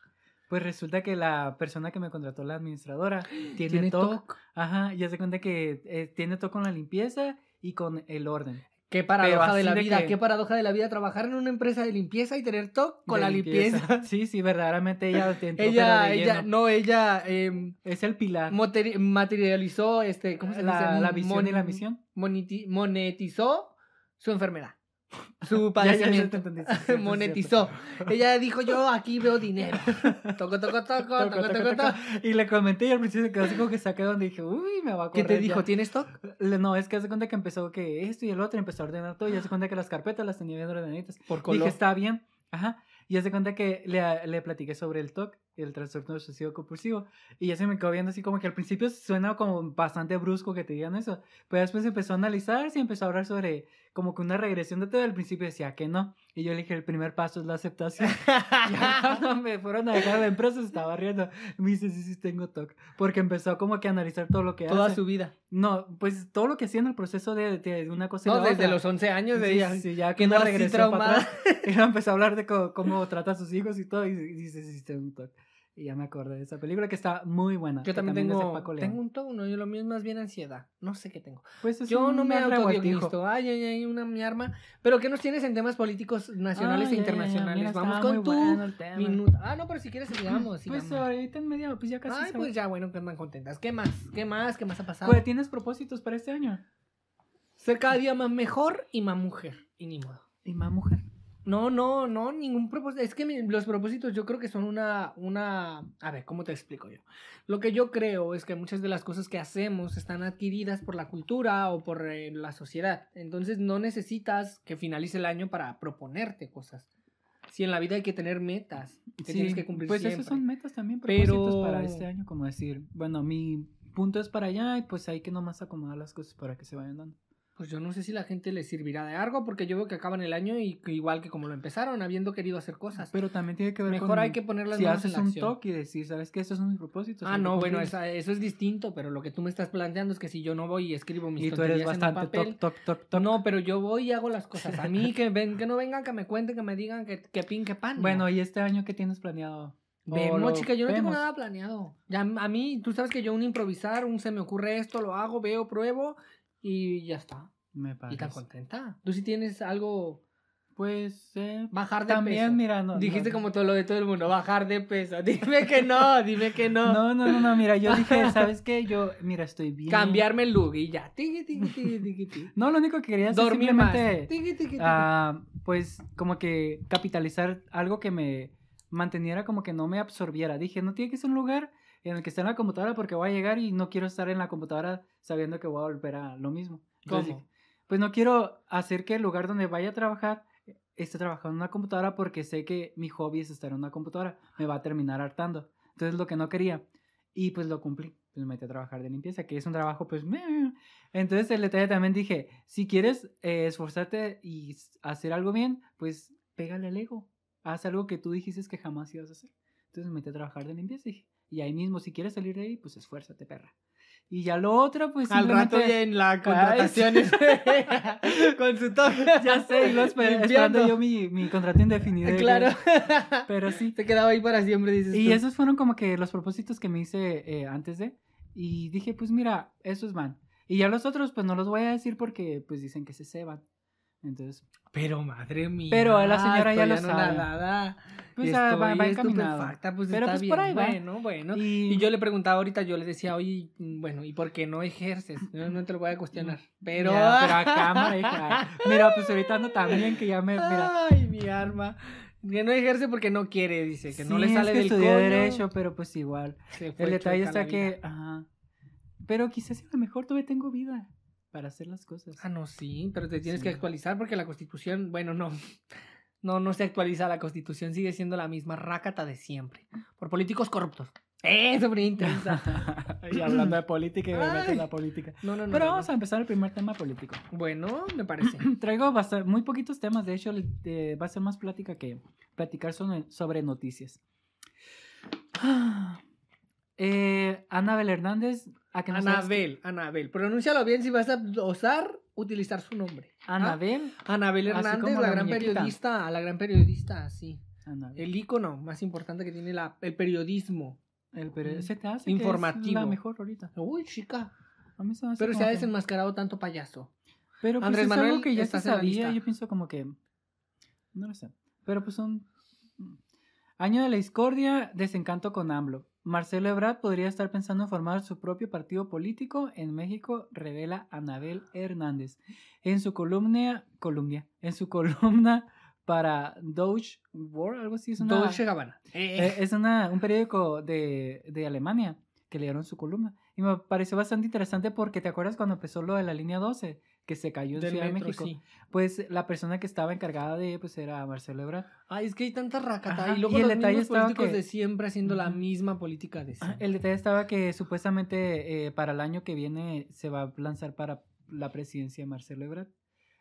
Speaker 1: Pues resulta que la persona que me contrató, la administradora, tiene, TOC.
Speaker 2: toc.
Speaker 1: Ajá, ya se cuenta que eh, tiene TOC con la limpieza y con el orden.
Speaker 2: Qué paradoja
Speaker 1: así
Speaker 2: de la
Speaker 1: de
Speaker 2: vida,
Speaker 1: que-
Speaker 2: qué paradoja de la vida trabajar en una empresa de limpieza y tener TOC con
Speaker 1: De
Speaker 2: la limpieza.
Speaker 1: Sí, sí, verdaderamente ella entró, pero
Speaker 2: Ella,
Speaker 1: de
Speaker 2: ella,
Speaker 1: lleno.
Speaker 2: no, ella em,
Speaker 1: Es el pilar.
Speaker 2: moteri- materializó, este, ¿cómo se
Speaker 1: la,
Speaker 2: dice?
Speaker 1: la visión y la
Speaker 2: Mon-
Speaker 1: misión.
Speaker 2: moniti- monetizó su enfermedad, su
Speaker 1: Ya, ya, ya
Speaker 2: padecimiento.
Speaker 1: te entendí, sí, sí, sí, es
Speaker 2: monetizó. Ella dijo, yo aquí veo dinero. Toco, toco, toco,
Speaker 1: cierto.
Speaker 2: toco,
Speaker 1: Toco,
Speaker 2: toco,
Speaker 1: toco, toco. Y le comenté y al principio se quedó así como que saqué donde dije, uy, me va a
Speaker 2: ¿Qué
Speaker 1: correr.
Speaker 2: te
Speaker 1: ya".
Speaker 2: dijo? ¿Tienes TOC?
Speaker 1: Le- No, es que hace cuenta que empezó que esto y el otro, empezó a ordenar todo y hace cuenta que las carpetas las tenía bien ordenaditas.
Speaker 2: Por
Speaker 1: Dije, está bien. Ajá. Y hace cuenta que le, le platiqué sobre el TOC, el trastorno obsesivo compulsivo. Y ya se me quedó viendo así como que al principio suena como bastante brusco que te digan eso. Pero después empezó a analizarse y empezó a hablar sobre como que una regresión de todo. Al principio decía que no. Y yo le dije, el primer paso es la aceptación. Ya cuando me fueron a dejar la empresa, se estaba riendo. Me dice, sí, sí, tengo TOC. Porque empezó como que a analizar todo lo que
Speaker 2: Toda
Speaker 1: hace.
Speaker 2: su vida.
Speaker 1: No, pues todo lo que hacía en el proceso de, de una cosa y
Speaker 2: No,
Speaker 1: la
Speaker 2: desde
Speaker 1: otra.
Speaker 2: los 11 años de
Speaker 1: Sí,
Speaker 2: ella.
Speaker 1: sí, sí, ya
Speaker 2: que
Speaker 1: que no
Speaker 2: nací
Speaker 1: regresó para
Speaker 2: traumada.
Speaker 1: atrás. Y luego empezó a hablar de co- cómo, trata a sus hijos y todo. Y dice, sí, tengo un toque. Y ya me acordé de esa película que está muy buena.
Speaker 2: Yo
Speaker 1: que
Speaker 2: también
Speaker 1: es de
Speaker 2: tengo,
Speaker 1: Paco León.
Speaker 2: tengo un TOC, no, yo lo mío es más bien ansiedad. No sé qué tengo.
Speaker 1: Pues es
Speaker 2: Yo no
Speaker 1: un
Speaker 2: me
Speaker 1: mal revoltijo.
Speaker 2: autodiagnostico. Ay, ay, ay, una mi arma. Pero ¿qué nos tienes en temas políticos nacionales
Speaker 1: Ay,
Speaker 2: e
Speaker 1: ay, ay,
Speaker 2: internacionales?
Speaker 1: mira,
Speaker 2: Vamos
Speaker 1: está
Speaker 2: con
Speaker 1: muy
Speaker 2: tu
Speaker 1: bueno el tema.
Speaker 2: minuto. Ah, no, pero si quieres sigamos.
Speaker 1: Pues
Speaker 2: sigamos.
Speaker 1: ahorita en media, pues ya casi.
Speaker 2: Ay,
Speaker 1: se
Speaker 2: pues
Speaker 1: va.
Speaker 2: ya, bueno, que andan contentas. ¿Qué más? ¿Qué más? ¿Qué más ha pasado?
Speaker 1: Güey, ¿tienes propósitos para este año?
Speaker 2: Ser cada día más mejor y más mujer. Y ni modo.
Speaker 1: Y más mujer.
Speaker 2: No, no, no, ningún propósito. Es que mi- los propósitos yo creo que son una, una... A ver, ¿cómo te explico yo? Lo que yo creo es que muchas de las cosas que hacemos están adquiridas por la cultura o por eh, la sociedad. Entonces no necesitas que finalice el año para proponerte cosas. Si en la vida hay que tener metas que tienes que cumplir
Speaker 1: pues
Speaker 2: siempre.
Speaker 1: esas son metas también,
Speaker 2: Pero-
Speaker 1: propósitos para este año, como decir, bueno, mi punto es para allá y pues hay que nomás acomodar las cosas para que se vayan dando.
Speaker 2: Pues yo no sé si la gente le servirá de algo porque yo veo que acaban el año y que igual que como lo empezaron, habiendo querido hacer cosas.
Speaker 1: Pero también tiene que ver
Speaker 2: Mejor
Speaker 1: con-
Speaker 2: hay que poner las
Speaker 1: si
Speaker 2: manos en
Speaker 1: haces
Speaker 2: la
Speaker 1: un
Speaker 2: acción.
Speaker 1: toque y decir, ¿sabes qué? Estos son mis propósitos.
Speaker 2: Ah,
Speaker 1: hay que
Speaker 2: no, bueno,
Speaker 1: cumplirlos".
Speaker 2: esa- eso es distinto, pero lo que tú me estás planteando es que si yo no voy y escribo mis
Speaker 1: Y tú eres
Speaker 2: tonterías en un
Speaker 1: bastante
Speaker 2: papel,
Speaker 1: toc, toc, toc, toc.
Speaker 2: No, pero yo voy y hago las cosas. A mí que ven, que no vengan, que me cuenten, que me digan que, que pin, que pan.
Speaker 1: Bueno,
Speaker 2: no.
Speaker 1: ¿y este año qué tienes planeado? O lo
Speaker 2: vemos, chica, yo no tengo
Speaker 1: vemos.
Speaker 2: nada planeado. Ya, a mí, tú sabes que yo un improvisar, un se me ocurre esto, lo hago, veo, pruebo y ya está.
Speaker 1: Me
Speaker 2: Y tan
Speaker 1: parece.
Speaker 2: contenta. Tú si tienes algo,
Speaker 1: Pues, eh,
Speaker 2: bajar de
Speaker 1: también,
Speaker 2: peso.
Speaker 1: mira, no.
Speaker 2: Dijiste
Speaker 1: no,
Speaker 2: como todo lo de todo el mundo, bajar de peso. Dime que no, dime que no.
Speaker 1: No, no, no, no, mira, yo dije, ¿sabes qué? Yo, mira, estoy bien.
Speaker 2: Cambiarme el look y ya. Tiqui, tiqui, tiqui, tiqui, tiqui.
Speaker 1: No, lo único que quería hacer
Speaker 2: dormir más.
Speaker 1: simplemente,
Speaker 2: Tiqui, tiqui, tiqui.
Speaker 1: ah, pues, como que capitalizar algo que me manteniera como que no me absorbiera. Dije, no tiene que ser un lugar en el que esté en la computadora porque voy a llegar y no quiero estar en la computadora sabiendo que voy a volver a lo mismo. Entonces
Speaker 2: ¿Cómo?
Speaker 1: dije, pues no quiero hacer que el lugar donde vaya a trabajar eh, esté trabajando en una computadora porque sé que mi hobby es estar en una computadora. Me va a terminar hartando. Entonces lo que no quería. Y pues lo cumplí. Pues me metí a trabajar de limpieza, que es un trabajo pues... meh. Entonces el detalle también dije, si quieres eh, esforzarte y s- hacer algo bien, pues pégale al ego. Haz algo que tú dijiste que jamás ibas a hacer. Entonces me metí a trabajar de limpieza y dije, y ahí mismo, si quieres salir de ahí, pues esfuérzate, perra. Y ya lo otro, pues.
Speaker 2: Al rato
Speaker 1: simplemente-
Speaker 2: ya en la contratación con su toque.
Speaker 1: Ya sé, y lo esper- esperando yo mi, mi contrato indefinido. y
Speaker 2: Claro.
Speaker 1: ya- Pero sí.
Speaker 2: Te quedaba ahí para siempre, dices
Speaker 1: Y
Speaker 2: tú.
Speaker 1: esos fueron como que los propósitos que me hice eh, antes de. Y dije, pues mira, esos van. Y ya los otros, pues no los voy a decir porque pues dicen que se ceban. Entonces,
Speaker 2: Pero madre mía.
Speaker 1: Pero la señora ya lo
Speaker 2: estoy
Speaker 1: sabe.
Speaker 2: anonadada.
Speaker 1: pues
Speaker 2: Estoy
Speaker 1: ah, va, va encaminado.
Speaker 2: estupefacta, pues
Speaker 1: Pero
Speaker 2: está
Speaker 1: pues
Speaker 2: bien.
Speaker 1: por ahí va.
Speaker 2: Bueno, bueno. Y...
Speaker 1: Y,
Speaker 2: yo le preguntaba ahorita, yo le decía, oye, mm, bueno, ¿y por qué no ejerces? No, no te lo voy a cuestionar. Pero.
Speaker 1: Ya, pero ah". a cámara, hija. Mira, pues ahorita ando tan bien que ya me. Mira.
Speaker 2: Ay, mi arma. Que no ejerce porque no quiere, dice, que no
Speaker 1: Sí,
Speaker 2: le
Speaker 1: es
Speaker 2: sale
Speaker 1: que
Speaker 2: del
Speaker 1: estudié
Speaker 2: coño.
Speaker 1: derecho, pero pues igual.
Speaker 2: Se fue
Speaker 1: El detalle
Speaker 2: chueca la
Speaker 1: está
Speaker 2: vida.
Speaker 1: que. Ajá. Pero quizás a lo mejor todavía tengo vida para hacer las cosas.
Speaker 2: Ah, no, sí, pero te tienes
Speaker 1: Sí.
Speaker 2: que actualizar porque la constitución, bueno, no. No, no se actualiza, la constitución sigue siendo la misma rácata de siempre. Por políticos corruptos. ¡Eh, sobre intensa!
Speaker 1: y hablando de política y me meto en la
Speaker 2: Ay.
Speaker 1: política.
Speaker 2: No, no, no.
Speaker 1: Pero
Speaker 2: no,
Speaker 1: vamos
Speaker 2: no.
Speaker 1: a empezar el primer tema político.
Speaker 2: Bueno, me parece.
Speaker 1: Traigo basta- muy poquitos temas, de hecho le- eh, va a ser más plática que platicar sobre, sobre noticias. Eh, Anabel Hernández, ¿a este. que no sabes qué-
Speaker 2: Anabel, Anabel. Pronúncialo bien si vas a osar utilizar su nombre. ¿ah?
Speaker 1: Anabel.
Speaker 2: Anabel
Speaker 1: Así
Speaker 2: Hernández,
Speaker 1: como
Speaker 2: la
Speaker 1: la
Speaker 2: gran
Speaker 1: muñequita.
Speaker 2: periodista, la gran periodista, sí.
Speaker 1: Anabel.
Speaker 2: El ícono más importante que tiene la- el periodismo.
Speaker 1: El peri- se te hace Que es
Speaker 2: Mm, Informativo.
Speaker 1: la mejor ahorita.
Speaker 2: Uy, chica.
Speaker 1: A mí se me hace
Speaker 2: Pero se
Speaker 1: como
Speaker 2: ha
Speaker 1: que-
Speaker 2: desenmascarado tanto payaso.
Speaker 1: Pero pues
Speaker 2: Andrés
Speaker 1: es
Speaker 2: Manuel,
Speaker 1: algo que ya se
Speaker 2: estás en la
Speaker 1: sabía,
Speaker 2: lista.
Speaker 1: yo pienso como que... No lo sé. Pero pues un... Año de la discordia, desencanto con AMLO. Marcelo Ebrard podría estar pensando en formar su propio partido político en México, revela Anabel Hernández. En su columna... Columna. En su columna para Deutsche World, algo así. Es una...
Speaker 2: Dolce Gabbana.
Speaker 1: Eh, es una, un periódico de, de Alemania que le dieron su columna. Y me pareció bastante interesante porque te acuerdas cuando empezó lo de la línea 12, que se cayó en
Speaker 2: del
Speaker 1: Ciudad de
Speaker 2: metro,
Speaker 1: México.
Speaker 2: sí.
Speaker 1: Pues la persona que estaba encargada de pues era Marcelo Ebrard.
Speaker 2: Ay, es que hay tanta racata.
Speaker 1: Ajá,
Speaker 2: Y luego
Speaker 1: y el
Speaker 2: los
Speaker 1: detalle
Speaker 2: mismos
Speaker 1: estaba
Speaker 2: políticos
Speaker 1: que-
Speaker 2: de siempre haciendo la
Speaker 1: Ujú. Ah,
Speaker 2: misma política de siempre.
Speaker 1: El detalle estaba que supuestamente eh, para el año que viene se va a lanzar para la presidencia Marcelo Ebrard.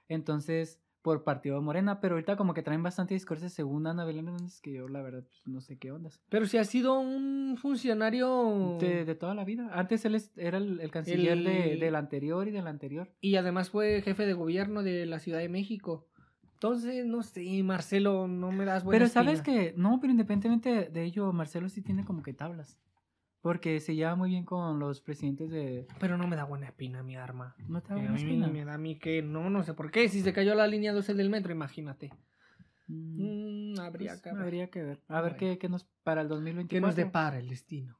Speaker 1: Entonces, por partido de Morena, pero ahorita como que traen bastante discurso según Ana Belén Hernández, que yo la verdad pues, no sé qué onda.
Speaker 2: Pero si ha sido un funcionario
Speaker 1: De, de toda la vida. Antes él es- era el, el canciller de-
Speaker 2: Mm. El-
Speaker 1: del anterior y del anterior.
Speaker 2: y además fue jefe de gobierno de la Ciudad de México. Entonces, no sé, Marcelo, no me das buena
Speaker 1: Pero sabes
Speaker 2: espina.
Speaker 1: que, no, pero independientemente de ello, Marcelo sí tiene como que tablas. Porque se lleva muy bien con los presidentes de...
Speaker 2: Pero no me da buena espina mi arma.
Speaker 1: ¿No te
Speaker 2: Eh, A
Speaker 1: da buena
Speaker 2: mí
Speaker 1: espina?
Speaker 2: me da a mí que no, no sé por qué. Si se cayó la línea 12 del metro, imagínate.
Speaker 1: Mm,
Speaker 2: Mm,
Speaker 1: pues,
Speaker 2: habría que ver
Speaker 1: habría que ver. A ver
Speaker 2: Bueno.
Speaker 1: qué, qué nos... Para el
Speaker 2: qué
Speaker 1: 2024.
Speaker 2: nos depara el destino.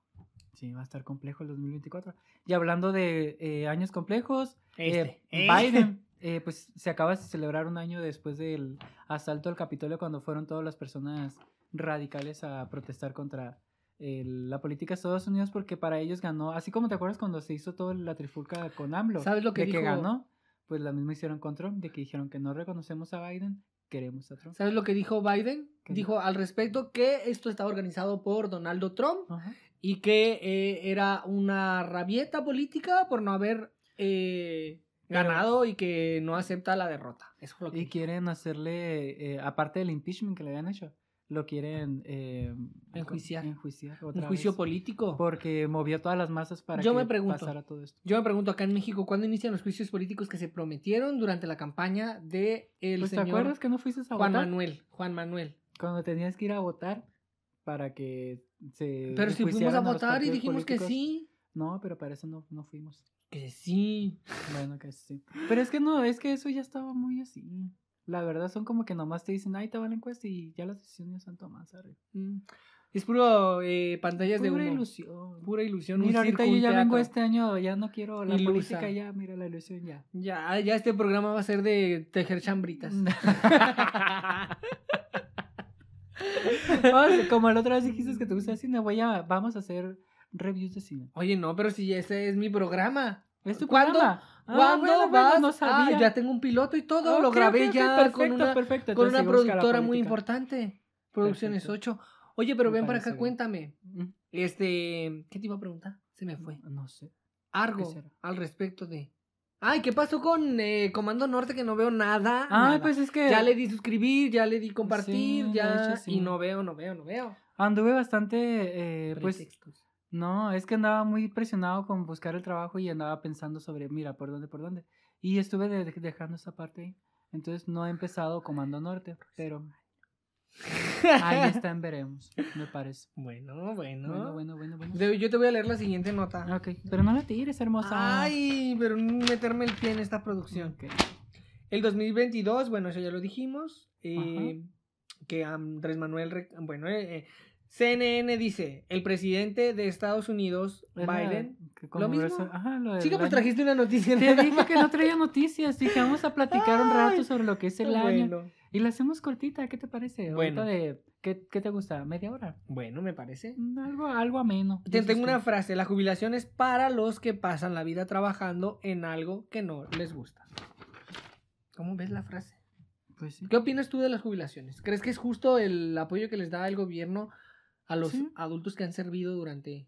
Speaker 1: Sí, va a estar complejo el 2024. Y hablando de eh, años complejos, eh,
Speaker 2: Este. Eh.
Speaker 1: Biden, eh, pues se acaba de celebrar un año después del asalto al Capitolio cuando fueron todas las personas radicales a protestar contra el- la política de Estados Unidos porque para ellos ganó, así como te acuerdas cuando se hizo toda la trifulca con AMLO,
Speaker 2: ¿Sabes lo que
Speaker 1: de que
Speaker 2: dijo?
Speaker 1: ganó, pues la misma hicieron con Trump, de que dijeron que no reconocemos a Biden, queremos a Trump.
Speaker 2: ¿Sabes lo que dijo Biden?
Speaker 1: ¿Qué
Speaker 2: Dijo al respecto que esto estaba organizado por Donald Trump
Speaker 1: Ajá.
Speaker 2: y que eh, era una rabieta política por no haber eh,
Speaker 1: Pero-
Speaker 2: ganado y que no acepta la derrota. Eso es lo que
Speaker 1: Y
Speaker 2: dijo.
Speaker 1: quieren hacerle, eh, aparte del impeachment que le habían hecho, lo quieren eh,
Speaker 2: Enjuiciar.
Speaker 1: enjuiciar
Speaker 2: un
Speaker 1: otra
Speaker 2: juicio
Speaker 1: vez.
Speaker 2: político.
Speaker 1: Porque movió todas las masas para
Speaker 2: Yo
Speaker 1: que
Speaker 2: me pregunto,
Speaker 1: pasara todo esto.
Speaker 2: Yo me pregunto acá en México, ¿cuándo inician los juicios políticos que se prometieron durante la campaña de el
Speaker 1: Pues, ¿Te
Speaker 2: señor
Speaker 1: acuerdas que no fuiste a
Speaker 2: Juan
Speaker 1: votar?
Speaker 2: Manuel? Juan Manuel.
Speaker 1: Cuando tenías que ir a votar para que se.
Speaker 2: Pero si fuimos
Speaker 1: enjuiciaran
Speaker 2: a
Speaker 1: los
Speaker 2: votar y
Speaker 1: partidos
Speaker 2: dijimos que
Speaker 1: políticos.
Speaker 2: sí.
Speaker 1: No, pero para eso no, no fuimos.
Speaker 2: Que sí.
Speaker 1: Bueno, que sí. Pero es que no, es que eso ya estaba muy así. La verdad son como que nomás te dicen, ahí te va la encuesta y ya las decisiones han tomado. ¿sabes?
Speaker 2: Mm. Es puro eh, pantallas de
Speaker 1: Pura
Speaker 2: humo.
Speaker 1: ilusión.
Speaker 2: Pura ilusión. un
Speaker 1: Mira, ahorita
Speaker 2: circo,
Speaker 1: yo
Speaker 2: un
Speaker 1: ya vengo
Speaker 2: teatro.
Speaker 1: este año, ya no quiero la
Speaker 2: Ilusa.
Speaker 1: política, ya, mira la ilusión ya.
Speaker 2: Ya, ya este programa va a ser de tejer chambritas.
Speaker 1: Mm. Vamos, como la otra vez dijiste que te gusta el cine, voy a, vamos a hacer reviews de cine.
Speaker 2: Oye, no, pero si ese es mi programa.
Speaker 1: ¿Es tu
Speaker 2: ¿Cuándo?
Speaker 1: programa? Ah,
Speaker 2: ¿Cuándo
Speaker 1: bueno, bueno,
Speaker 2: vas?
Speaker 1: no sabía. Oh,
Speaker 2: Ah, ya tengo un piloto y todo. lo
Speaker 1: Ok,
Speaker 2: grabé
Speaker 1: ok, ok,
Speaker 2: ya
Speaker 1: perfecto,
Speaker 2: con una,
Speaker 1: perfecto.
Speaker 2: con
Speaker 1: Entonces
Speaker 2: una
Speaker 1: sí busca la
Speaker 2: productora muy
Speaker 1: política.
Speaker 2: importante. Producciones
Speaker 1: Perfecto.
Speaker 2: 8. Oye, pero
Speaker 1: Me
Speaker 2: ven para
Speaker 1: parece
Speaker 2: acá,
Speaker 1: bien.
Speaker 2: cuéntame. Este, ¿qué te iba a preguntar? Se me fue.
Speaker 1: Fue, no sé.
Speaker 2: Algo
Speaker 1: será?
Speaker 2: al respecto de. Ay, ¿qué pasó con eh, Comando Norte que no veo nada?
Speaker 1: Ah,
Speaker 2: Nada.
Speaker 1: pues es que
Speaker 2: Ya le di suscribir, ya le di compartir,
Speaker 1: Sí, de
Speaker 2: ya.
Speaker 1: hecho, sí.
Speaker 2: Y no veo, no veo, no veo.
Speaker 1: anduve bastante, eh, pues,
Speaker 2: Pretextos.
Speaker 1: No, es que andaba muy presionado con buscar el trabajo y andaba pensando sobre, mira, por dónde, por dónde. Y estuve de- dejando esa parte ahí. Entonces no he empezado Comando Norte, pero ahí está en veremos, me parece.
Speaker 2: Bueno, bueno.
Speaker 1: Bueno, Ah, bueno, bueno, bueno.
Speaker 2: De- Yo te voy a leer la siguiente nota.
Speaker 1: Ok, pero no la tires, hermosa.
Speaker 2: Ay, pero meterme el pie en esta producción.
Speaker 1: Ok.
Speaker 2: El 2022, bueno, eso ya lo dijimos. eh, que Andrés Manuel. re- Bueno, eh, eh, CNN dice: el presidente de Estados Unidos,
Speaker 1: Es la-
Speaker 2: Biden.
Speaker 1: que como
Speaker 2: mismo?
Speaker 1: verso- Ajá, lo del
Speaker 2: Sí, que pues
Speaker 1: año.
Speaker 2: trajiste una noticia.
Speaker 1: Te dije que no traía noticias, dije, vamos a platicar un rato
Speaker 2: Ay,
Speaker 1: sobre lo que es el año.
Speaker 2: bueno,
Speaker 1: Y la hacemos cortita, ¿qué te parece?
Speaker 2: Bueno.
Speaker 1: Ahorita de, ¿qué, qué te gusta? ¿Media hora?
Speaker 2: bueno, me parece.
Speaker 1: Mm, Algo, algo ameno.
Speaker 2: Te
Speaker 1: dices
Speaker 2: tengo
Speaker 1: tú.
Speaker 2: una frase: la jubilación es para los que pasan la vida trabajando en algo que no les gusta. ¿Cómo ves la frase?
Speaker 1: Pues sí.
Speaker 2: ¿Qué opinas tú de las jubilaciones? ¿Crees que es justo el apoyo que les da el gobierno a los
Speaker 1: Sí.
Speaker 2: adultos que han servido durante...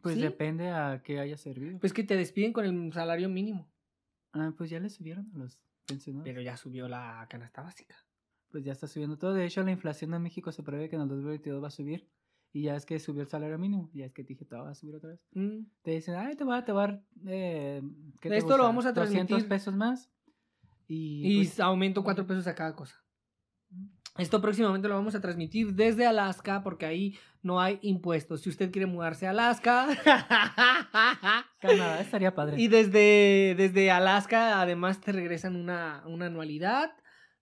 Speaker 1: Pues
Speaker 2: ¿Sí?
Speaker 1: depende a qué haya servido.
Speaker 2: Pues que te despiden con el salario mínimo.
Speaker 1: Ah, pues ya le subieron a los pensionados.
Speaker 2: Pero ya subió la canasta básica.
Speaker 1: Pues ya está subiendo todo. De hecho, la inflación en México se prevé que en el 2022 va a subir. Y ya es que subió el salario mínimo. Ya es que te dije, todo va a subir otra vez.
Speaker 2: Mm.
Speaker 1: Te dicen, ay, te va a te va a dar, eh, ¿qué te
Speaker 2: Esto lo
Speaker 1: gusta?
Speaker 2: vamos a transmitir.
Speaker 1: pesos más. Y,
Speaker 2: Y
Speaker 1: pues, Mm.
Speaker 2: aumento cuatro pesos a cada cosa. Esto próximamente lo vamos a transmitir desde Alaska porque ahí no hay impuestos. Si usted quiere mudarse a Alaska...
Speaker 1: Canadá estaría padre.
Speaker 2: Y desde, desde Alaska además te regresan una, una anualidad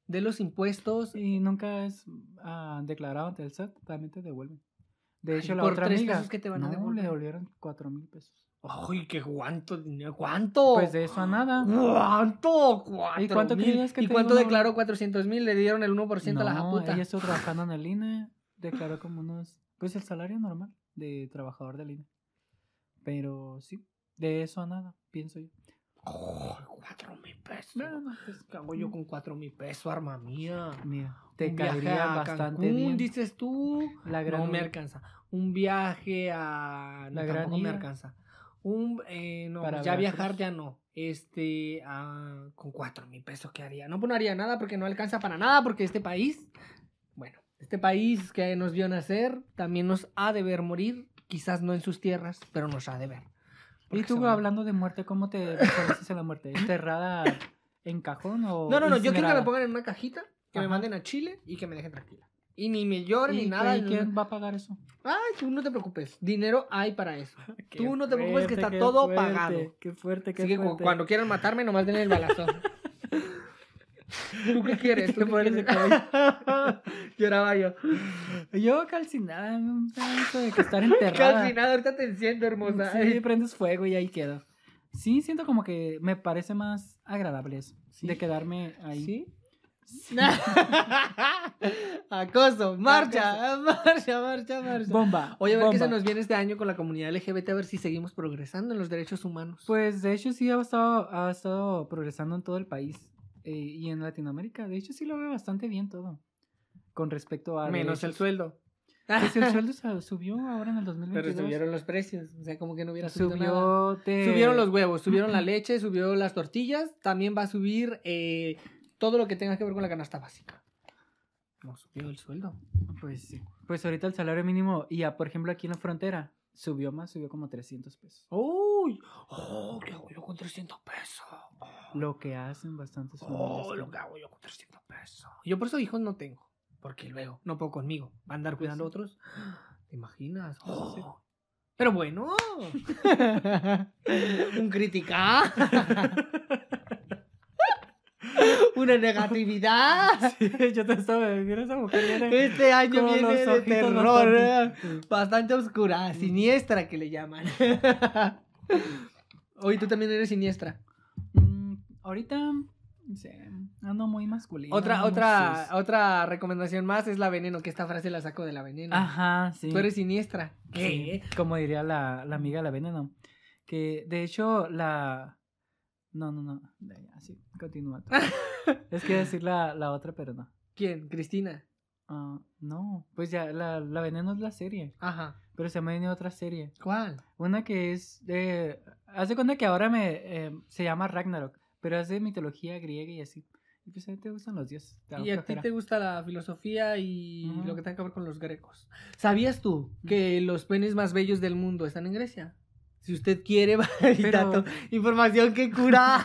Speaker 2: de los impuestos.
Speaker 1: Y nunca es ah, declarado ante el SAT, también te devuelven. De
Speaker 2: Ay,
Speaker 1: hecho, la
Speaker 2: por
Speaker 1: otra
Speaker 2: tres
Speaker 1: amiga,
Speaker 2: pesos que te van a
Speaker 1: no,
Speaker 2: devolver. Oh.
Speaker 1: le devolvieron cuatro mil pesos.
Speaker 2: ¡Ay, qué cuánto dinero! ¿Cuánto?
Speaker 1: Pues de eso a nada.
Speaker 2: ¿Cuánto? ¿Cuatro
Speaker 1: ¿Y cuánto
Speaker 2: mil?
Speaker 1: crees que
Speaker 2: ¿Y
Speaker 1: te
Speaker 2: cuánto
Speaker 1: dio una-
Speaker 2: declaró 400 mil? Le dieron el 1% a la
Speaker 1: No,
Speaker 2: japuta.
Speaker 1: Ella estuvo trabajando en el INE, declaró como unos. Pues el salario normal de trabajador del INE. Pero sí, de eso a nada, pienso yo.
Speaker 2: ¡Oh, cuatro mil pesos!
Speaker 1: No, no, pues,
Speaker 2: ¿Qué hago yo con cuatro mil pesos, arma mía?
Speaker 1: Mira, te
Speaker 2: Un viaje
Speaker 1: caería
Speaker 2: a
Speaker 1: bastante
Speaker 2: Cancún,
Speaker 1: bien.
Speaker 2: dices tú.
Speaker 1: La gran
Speaker 2: no me
Speaker 1: ur-
Speaker 2: alcanza. Un viaje a... No,
Speaker 1: La gran
Speaker 2: tampoco me
Speaker 1: ida.
Speaker 2: alcanza. Un... eh, no,
Speaker 1: Para
Speaker 2: ya
Speaker 1: Veracruz.
Speaker 2: viajar ya no. Este... ah, con cuatro mil pesos, ¿qué haría? No, pues no haría nada porque no alcanza para nada porque este país... Bueno, este país que nos vio nacer también nos ha de ver morir. Quizás no en sus tierras, pero nos ha de ver.
Speaker 1: Y
Speaker 2: Porque
Speaker 1: tú
Speaker 2: son-
Speaker 1: hablando de muerte, ¿cómo te visualizas en la muerte? ¿Enterrada en cajón o.?
Speaker 2: No, no, no. Yo quiero que me
Speaker 1: incinerada?
Speaker 2: pongan en una cajita, que me
Speaker 1: Ajá.
Speaker 2: manden a Chile y que me dejen tranquila. Y ni me lloren ni
Speaker 1: ¿Y
Speaker 2: nada.
Speaker 1: ¿Y
Speaker 2: no-
Speaker 1: quién va a pagar eso?
Speaker 2: Ay, tú no te preocupes. Dinero hay para eso.
Speaker 1: Qué
Speaker 2: Tú no te preocupes que
Speaker 1: fuerte,
Speaker 2: está
Speaker 1: qué
Speaker 2: todo
Speaker 1: fuerte,
Speaker 2: pagado.
Speaker 1: Qué fuerte, qué
Speaker 2: Así que cu-
Speaker 1: fuerte.
Speaker 2: cuando quieran matarme, nomás denle el balazo. ¿Tú qué quieres? ¿Tú
Speaker 1: Te
Speaker 2: qué
Speaker 1: pones de
Speaker 2: quieres? Lloraba yo.
Speaker 1: Yo calcinada, un tanto de que estar enterrada.
Speaker 2: Calcinado, ahorita te enciendo, hermosa.
Speaker 1: Sí, prendes fuego y ahí quedo. Sí, siento como que me parece más agradable eso,
Speaker 2: Sí.
Speaker 1: de quedarme ahí.
Speaker 2: ¿Sí? Acoso, marcha, marcha, marcha, marcha.
Speaker 1: Bomba.
Speaker 2: Oye, a ver qué se
Speaker 1: bomba.
Speaker 2: nos viene este año con la comunidad LGBT, a ver si seguimos progresando en los derechos humanos.
Speaker 1: Pues de hecho sí ha estado, ha estado progresando en todo el país eh, y en Latinoamérica. De hecho sí lo veo bastante bien todo. Con respecto a...
Speaker 2: Menos el
Speaker 1: derechos.
Speaker 2: sueldo.
Speaker 1: Pues, el sueldo se subió ahora en el 2022.
Speaker 2: Pero subieron los precios, o sea, como que no hubiera subido nada.
Speaker 1: Subió de-
Speaker 2: Subieron los huevos, subieron la leche, subió las tortillas, también va a subir eh, todo lo que tenga que ver con la canasta básica. No subió el sueldo.
Speaker 1: Pues sí. Pues ahorita el salario mínimo, y ya, por ejemplo aquí en la frontera, subió más, subió como 300 pesos.
Speaker 2: ¡Uy! ¡Oh! ¿Qué hago yo con 300 pesos? Oh,
Speaker 1: Lo que hacen bastantes familias.
Speaker 2: oh, lo que hago yo con 300 pesos. Yo por eso hijos no tengo, porque luego no puedo conmigo. Va a andar cuidando a otros. ¿Te imaginas? Pues Oh,
Speaker 1: Sí.
Speaker 2: Pero bueno, un crítica. Una negatividad.
Speaker 1: Sí, yo te estaba mira esa mujer viene
Speaker 2: Este año
Speaker 1: con
Speaker 2: viene
Speaker 1: los
Speaker 2: de
Speaker 1: ojitos
Speaker 2: terror, ¿eh?
Speaker 1: bastante- Sí.
Speaker 2: bastante oscura,
Speaker 1: Mm.
Speaker 2: siniestra que le llaman. Hoy tú también eres siniestra.
Speaker 1: Mm, ahorita sí, ando muy masculino.
Speaker 2: Otra,
Speaker 1: ando muy
Speaker 2: otra,
Speaker 1: cis.
Speaker 2: otra recomendación más es la veneno, que esta frase la saco de la veneno.
Speaker 1: Ajá, sí.
Speaker 2: Tú eres siniestra.
Speaker 1: Sí, Como diría la, la amiga de la veneno. Que de hecho la. No, no, no. Ya, sí, continúa. tú. es que iba a decir la, la otra, pero no.
Speaker 2: ¿Quién? Cristina.
Speaker 1: Ah, no, pues ya, la, la veneno es la serie.
Speaker 2: Ajá.
Speaker 1: Pero se me viene otra serie.
Speaker 2: ¿Cuál?
Speaker 1: Una que es em, de. Hace cuenta que ahora me eh, se llama Ragnarok, pero es de mitología griega y así. Y pues a ti te gustan los dioses. te da
Speaker 2: Y a ti
Speaker 1: flojera.
Speaker 2: te gusta la filosofía y
Speaker 1: Ujú.
Speaker 2: lo que tenga que ver con los grecos. ¿Sabías tú
Speaker 1: Mm.
Speaker 2: que los penes más bellos del mundo están en Grecia? Si usted quiere,
Speaker 1: Pero-
Speaker 2: Pero... información que cura.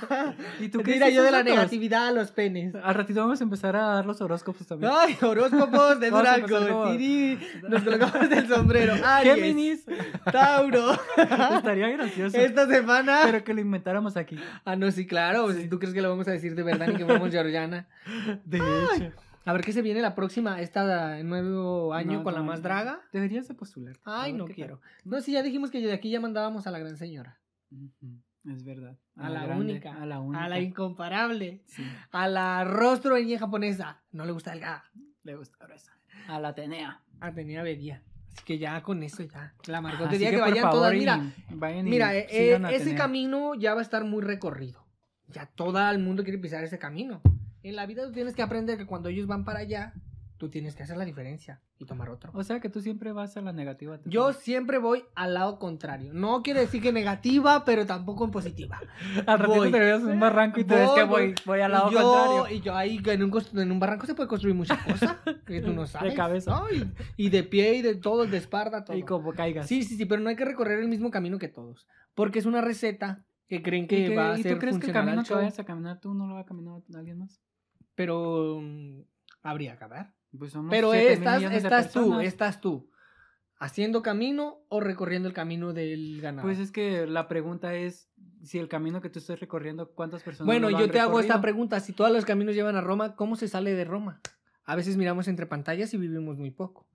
Speaker 1: ¿Y tú
Speaker 2: ¿Tú
Speaker 1: qué
Speaker 2: Mira,
Speaker 1: dices
Speaker 2: yo de la
Speaker 1: nosotros?
Speaker 2: negatividad a los penes.
Speaker 1: Al ratito vamos a empezar a dar los horóscopos también.
Speaker 2: Ay, horóscopos de
Speaker 1: Vamos a empezar como-
Speaker 2: Durango. Tiri, Nos colocamos el sombrero. Aries,
Speaker 1: Géminis.
Speaker 2: Tauro.
Speaker 1: Estaría gracioso.
Speaker 2: Esta semana.
Speaker 1: Pero que lo inventáramos aquí.
Speaker 2: Ah, no, sí, claro. Si tú crees que lo vamos a decir de verdad ni que fuéramos georgiana.
Speaker 1: De hecho.
Speaker 2: A ver qué se viene la próxima, esta nuevo año
Speaker 1: No,
Speaker 2: con la
Speaker 1: no,
Speaker 2: más
Speaker 1: no.
Speaker 2: draga.
Speaker 1: Deberías de postular.
Speaker 2: Ay, no quiero. No, sí, ya dijimos que de aquí ya mandábamos a la gran señora.
Speaker 1: Es verdad.
Speaker 2: A la única.
Speaker 1: A la única.
Speaker 2: A la incomparable.
Speaker 1: Sí,
Speaker 2: A la rostro en japonesa. No le gusta delgada.
Speaker 1: le gusta gruesa. A la Atenea.
Speaker 2: Ah, tenía Bedía. Así que ya con eso ya. La Margot
Speaker 1: Así
Speaker 2: diría que,
Speaker 1: por
Speaker 2: vayan
Speaker 1: favor,
Speaker 2: todas.
Speaker 1: y-
Speaker 2: Mira,
Speaker 1: vayan y
Speaker 2: mira, eh, eh,
Speaker 1: sigan a
Speaker 2: ese
Speaker 1: Atenea.
Speaker 2: camino ya va a estar muy recorrido. Ya todo el mundo quiere pisar ese camino. En la vida tú tienes que aprender que cuando ellos van para allá, tú tienes que hacer la diferencia y tomar otro.
Speaker 1: O sea que tú siempre vas a la negativa. te
Speaker 2: Yo
Speaker 1: tomas.
Speaker 2: siempre voy al lado contrario. No quiere decir que negativa, pero tampoco en positiva.
Speaker 1: Al ratito
Speaker 2: voy.
Speaker 1: te veas en un barranco y te ves
Speaker 2: Voy,
Speaker 1: que
Speaker 2: voy.
Speaker 1: voy, voy al lado
Speaker 2: y yo,
Speaker 1: contrario.
Speaker 2: Y yo ahí en un, cos- en un barranco se puede construir muchas cosas que tú no
Speaker 1: De
Speaker 2: sabes.
Speaker 1: cabeza.
Speaker 2: ¿no? Y, y de pie y de todo, de espalda, todo.
Speaker 1: Y como caigas.
Speaker 2: Sí, sí, sí, pero no hay que recorrer el mismo camino que todos. Porque es una receta que creen
Speaker 1: ¿Y,
Speaker 2: que,
Speaker 1: que-
Speaker 2: va a
Speaker 1: y
Speaker 2: ser
Speaker 1: tú crees que
Speaker 2: funcional
Speaker 1: el camino
Speaker 2: al
Speaker 1: que
Speaker 2: show,
Speaker 1: vayas a caminar tú no lo va a caminar alguien más?
Speaker 2: pero mm, habría que acabar.
Speaker 1: Pues somos
Speaker 2: Pero
Speaker 1: siete mil
Speaker 2: estás,
Speaker 1: millones de
Speaker 2: estás tú,
Speaker 1: personas.
Speaker 2: estás tú. ¿Haciendo camino o recorriendo el camino del ganado?
Speaker 1: Pues es que la pregunta es si el camino que tú estás recorriendo, ¿cuántas personas
Speaker 2: Bueno,
Speaker 1: lo
Speaker 2: yo
Speaker 1: han
Speaker 2: te hago esta
Speaker 1: recorrido?
Speaker 2: pregunta. Si todos los caminos llevan a Roma, ¿cómo se sale de Roma? A veces miramos entre pantallas y vivimos muy poco.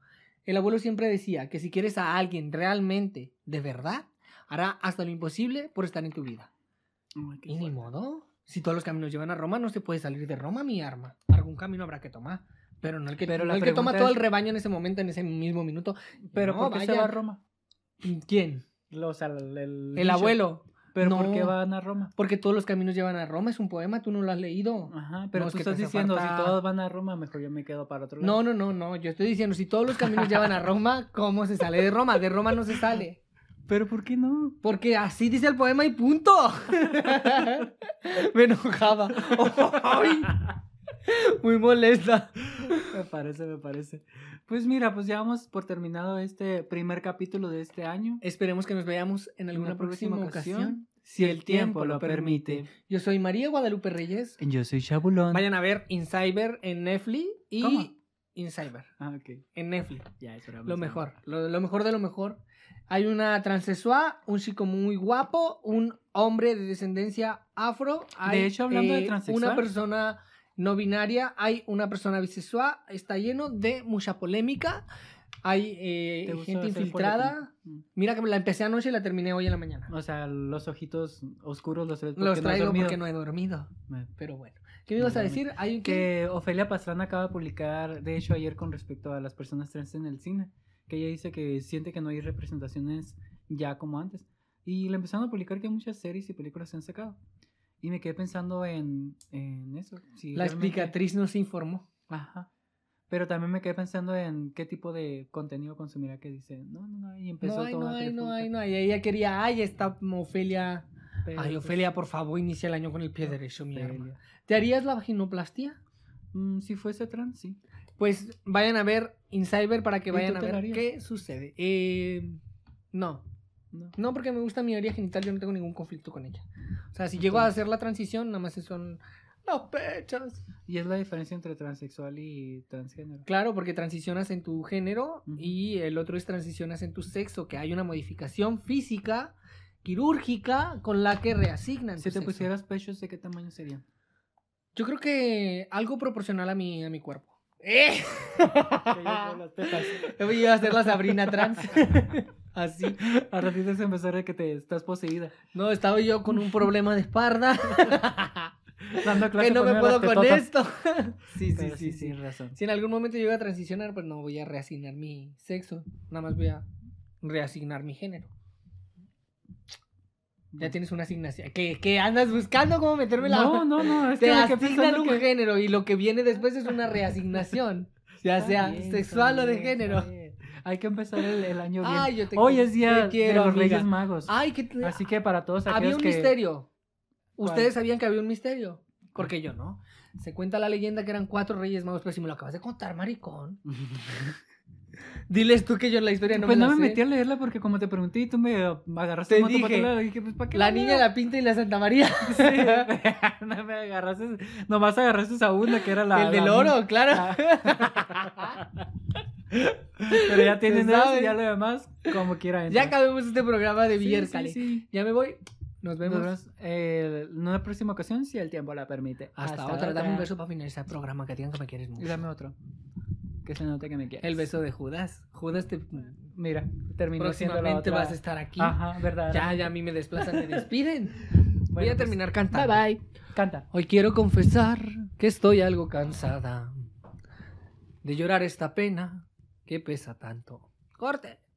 Speaker 2: El abuelo siempre decía que si quieres a alguien realmente, de verdad, hará hasta lo imposible por estar en tu vida.
Speaker 1: Ay, qué
Speaker 2: Y ni
Speaker 1: fuerte.
Speaker 2: modo. Si todos los caminos llevan a Roma, no se puede salir de Roma, mi arma. Algún camino habrá que tomar. Pero no el que,
Speaker 1: Pero
Speaker 2: no
Speaker 1: la
Speaker 2: el que toma
Speaker 1: pregunta
Speaker 2: todo
Speaker 1: es-
Speaker 2: el rebaño en ese momento, en ese mismo minuto.
Speaker 1: Pero
Speaker 2: No,
Speaker 1: ¿por qué se
Speaker 2: vaya.
Speaker 1: va a Roma?
Speaker 2: ¿Quién?
Speaker 1: Lo- O sea, el, el
Speaker 2: El
Speaker 1: bicho.
Speaker 2: abuelo.
Speaker 1: ¿Pero
Speaker 2: No.
Speaker 1: por qué van a Roma?
Speaker 2: Porque todos los caminos llevan a Roma. Es un poema, tú no lo has leído.
Speaker 1: Ajá, pero
Speaker 2: No, es
Speaker 1: tú
Speaker 2: que te
Speaker 1: estás
Speaker 2: hace
Speaker 1: diciendo,
Speaker 2: falta-
Speaker 1: si todos van a Roma, mejor yo me quedo para otro lado.
Speaker 2: No, no, no, no. Yo estoy diciendo, si todos los caminos llevan a Roma, ¿cómo se sale de Roma? De Roma no se sale.
Speaker 1: ¿Pero por qué no?
Speaker 2: Porque así dice el poema y punto. Me enojaba. Ay, muy molesta.
Speaker 1: Me parece, me parece. Pues mira, pues ya vamos por terminado este primer capítulo de este año.
Speaker 2: Esperemos que nos veamos en alguna
Speaker 1: Una
Speaker 2: próxima, ocasión,
Speaker 1: si el tiempo lo permite.
Speaker 2: Yo soy María Guadalupe Reyes.
Speaker 1: Yo soy Chabulón.
Speaker 2: Vayan a ver Incyber en Netflix y
Speaker 1: ¿Cómo?
Speaker 2: Incyber
Speaker 1: Ah, ok.
Speaker 2: en Netflix.
Speaker 1: Ya, eso era
Speaker 2: Lo
Speaker 1: más
Speaker 2: mejor, lo, lo mejor de lo mejor. Hay una transexual, un chico muy guapo, un hombre de descendencia afro. hay, eh,
Speaker 1: hecho, hablando de transexual.
Speaker 2: Una persona no binaria, hay una persona bisexual. Está lleno de mucha polémica. Hay eh,
Speaker 1: ¿Te gusta
Speaker 2: gente
Speaker 1: hacer
Speaker 2: infiltrada.
Speaker 1: polémica?
Speaker 2: Mira que la empecé anoche y la terminé hoy en la mañana.
Speaker 1: O sea, los ojitos oscuros los traes porque
Speaker 2: Los
Speaker 1: no has
Speaker 2: traigo
Speaker 1: dormido.
Speaker 2: porque no he dormido.
Speaker 1: Me-
Speaker 2: Pero bueno. ¿Qué me ibas a
Speaker 1: No, no, no.
Speaker 2: decir? Hay un que...
Speaker 1: Que Ofelia Pastrana acaba de publicar, de hecho, ayer con respecto a las personas trans en el cine, que ella dice que siente que no hay representaciones ya como antes. Y le empezaron a publicar que muchas series y películas se han sacado. Y me quedé pensando en, en eso. si
Speaker 2: La
Speaker 1: realmente-
Speaker 2: explicatriz nos informó.
Speaker 1: Ajá. Pero también me quedé pensando en qué tipo de contenido consumirá que dice, no, no, no, y empezó
Speaker 2: No hay,
Speaker 1: toda
Speaker 2: no
Speaker 1: la
Speaker 2: hay, no
Speaker 1: trifulca.
Speaker 2: hay, no hay. Ella quería, ay, esta Ofelia... eh,
Speaker 1: Pero,
Speaker 2: Ay,
Speaker 1: pues,
Speaker 2: Ofelia, por favor, inicia el año con el pie derecho, mi
Speaker 1: Ofelia.
Speaker 2: hermano. ¿Te harías la vaginoplastia?
Speaker 1: Mm, si fuese trans, sí.
Speaker 2: Pues vayan a ver Incyber para que
Speaker 1: ¿Y tú
Speaker 2: vayan a
Speaker 1: te la
Speaker 2: ver
Speaker 1: harías?
Speaker 2: qué sucede. Eh, no,
Speaker 1: No.
Speaker 2: no porque me gusta mi área genital, yo no tengo ningún conflicto con ella. O sea, si llego a hacer la transición, nada más son los pechos.
Speaker 1: Y es la diferencia entre transexual y transgénero.
Speaker 2: Claro, porque transicionas en tu género
Speaker 1: Ujú.
Speaker 2: y el otro es transicionas en tu sexo, que hay una modificación física, quirúrgica, con la que reasignan.
Speaker 1: Si
Speaker 2: tu
Speaker 1: te
Speaker 2: sexo.
Speaker 1: pusieras pechos, ¿de qué tamaño serían?
Speaker 2: Yo creo que algo proporcional a mi, a mi cuerpo. ¡Eh! Yo iba a hacer la Sabrina trans. Así.
Speaker 1: A ratito se empezó de que te estás poseída.
Speaker 2: No, estaba yo con un problema de espalda.
Speaker 1: Dando clase
Speaker 2: que no me puedo
Speaker 1: poniendo las
Speaker 2: con
Speaker 1: tetotas.
Speaker 2: esto. sí, sí,
Speaker 1: Pero
Speaker 2: sí, sí.
Speaker 1: tienes razón.
Speaker 2: Si en algún momento llego a transicionar, pues no voy a reasignar mi sexo. Nada más voy a reasignar mi género. Ya tienes una asignación. ¿Qué, qué andas buscando? ¿Cómo meterme la.?
Speaker 1: No, no, no. Es que
Speaker 2: Te
Speaker 1: me quedé
Speaker 2: asignan
Speaker 1: pensando
Speaker 2: un
Speaker 1: que...
Speaker 2: género y lo que viene después es una reasignación. Ya
Speaker 1: Está
Speaker 2: sea
Speaker 1: bien, está
Speaker 2: sexual o de
Speaker 1: bien,
Speaker 2: género.
Speaker 1: está bien. Hay que empezar el, el año bien.
Speaker 2: Ay, yo te
Speaker 1: Hoy
Speaker 2: quiero,
Speaker 1: es día
Speaker 2: te quiero,
Speaker 1: de los
Speaker 2: amiga.
Speaker 1: Reyes Magos.
Speaker 2: Ay, que te-
Speaker 1: Así que para todos
Speaker 2: había
Speaker 1: aquellos
Speaker 2: un
Speaker 1: que...
Speaker 2: misterio.
Speaker 1: ¿Cuál?
Speaker 2: Ustedes sabían que había un misterio. Porque yo no. Se cuenta la leyenda que eran cuatro reyes magos, pero si me lo acabas de contar, maricón. Diles tú que yo la historia no
Speaker 1: pues
Speaker 2: me
Speaker 1: no
Speaker 2: la
Speaker 1: me
Speaker 2: sé.
Speaker 1: metí a leerla porque como te pregunté y tú me uh, me
Speaker 2: Te
Speaker 1: agarraste el mato
Speaker 2: dije,
Speaker 1: para lado, dije, pues ¿para qué
Speaker 2: La
Speaker 1: lo
Speaker 2: niña,
Speaker 1: leo?
Speaker 2: la pinta y la Santa María.
Speaker 1: Sí, no me agarraste, nomás agarraste a una que era la...
Speaker 2: el del
Speaker 1: la-
Speaker 2: oro, claro.
Speaker 1: Ah. Pero ya tienen
Speaker 2: Se
Speaker 1: eso
Speaker 2: sabe.
Speaker 1: y ya lo demás, como quiera.
Speaker 2: Ya
Speaker 1: entra.
Speaker 2: acabemos este programa de
Speaker 1: Sí,
Speaker 2: Villar
Speaker 1: sí,
Speaker 2: Cali.
Speaker 1: sí.
Speaker 2: Ya me voy. Nos vemos.
Speaker 1: Nos vemos eh, en una próxima ocasión si el tiempo la permite.
Speaker 2: Hasta, otra. Dame un beso para finalizar el programa que digan que me quieres
Speaker 1: Y
Speaker 2: mucho.
Speaker 1: dame otro. Que se note que me quieres.
Speaker 2: El beso de Judas. Judas te
Speaker 1: Mira, terminó siendo la
Speaker 2: próximamente
Speaker 1: otra.
Speaker 2: vas a estar aquí.
Speaker 1: Ajá, verdad.
Speaker 2: Ya, ya a mí me desplazan, me despiden. Voy
Speaker 1: Bueno,
Speaker 2: a
Speaker 1: pues,
Speaker 2: terminar cantando.
Speaker 1: Bye bye. Canta.
Speaker 2: Hoy quiero confesar que estoy algo cansada de llorar esta pena que pesa tanto. Corte.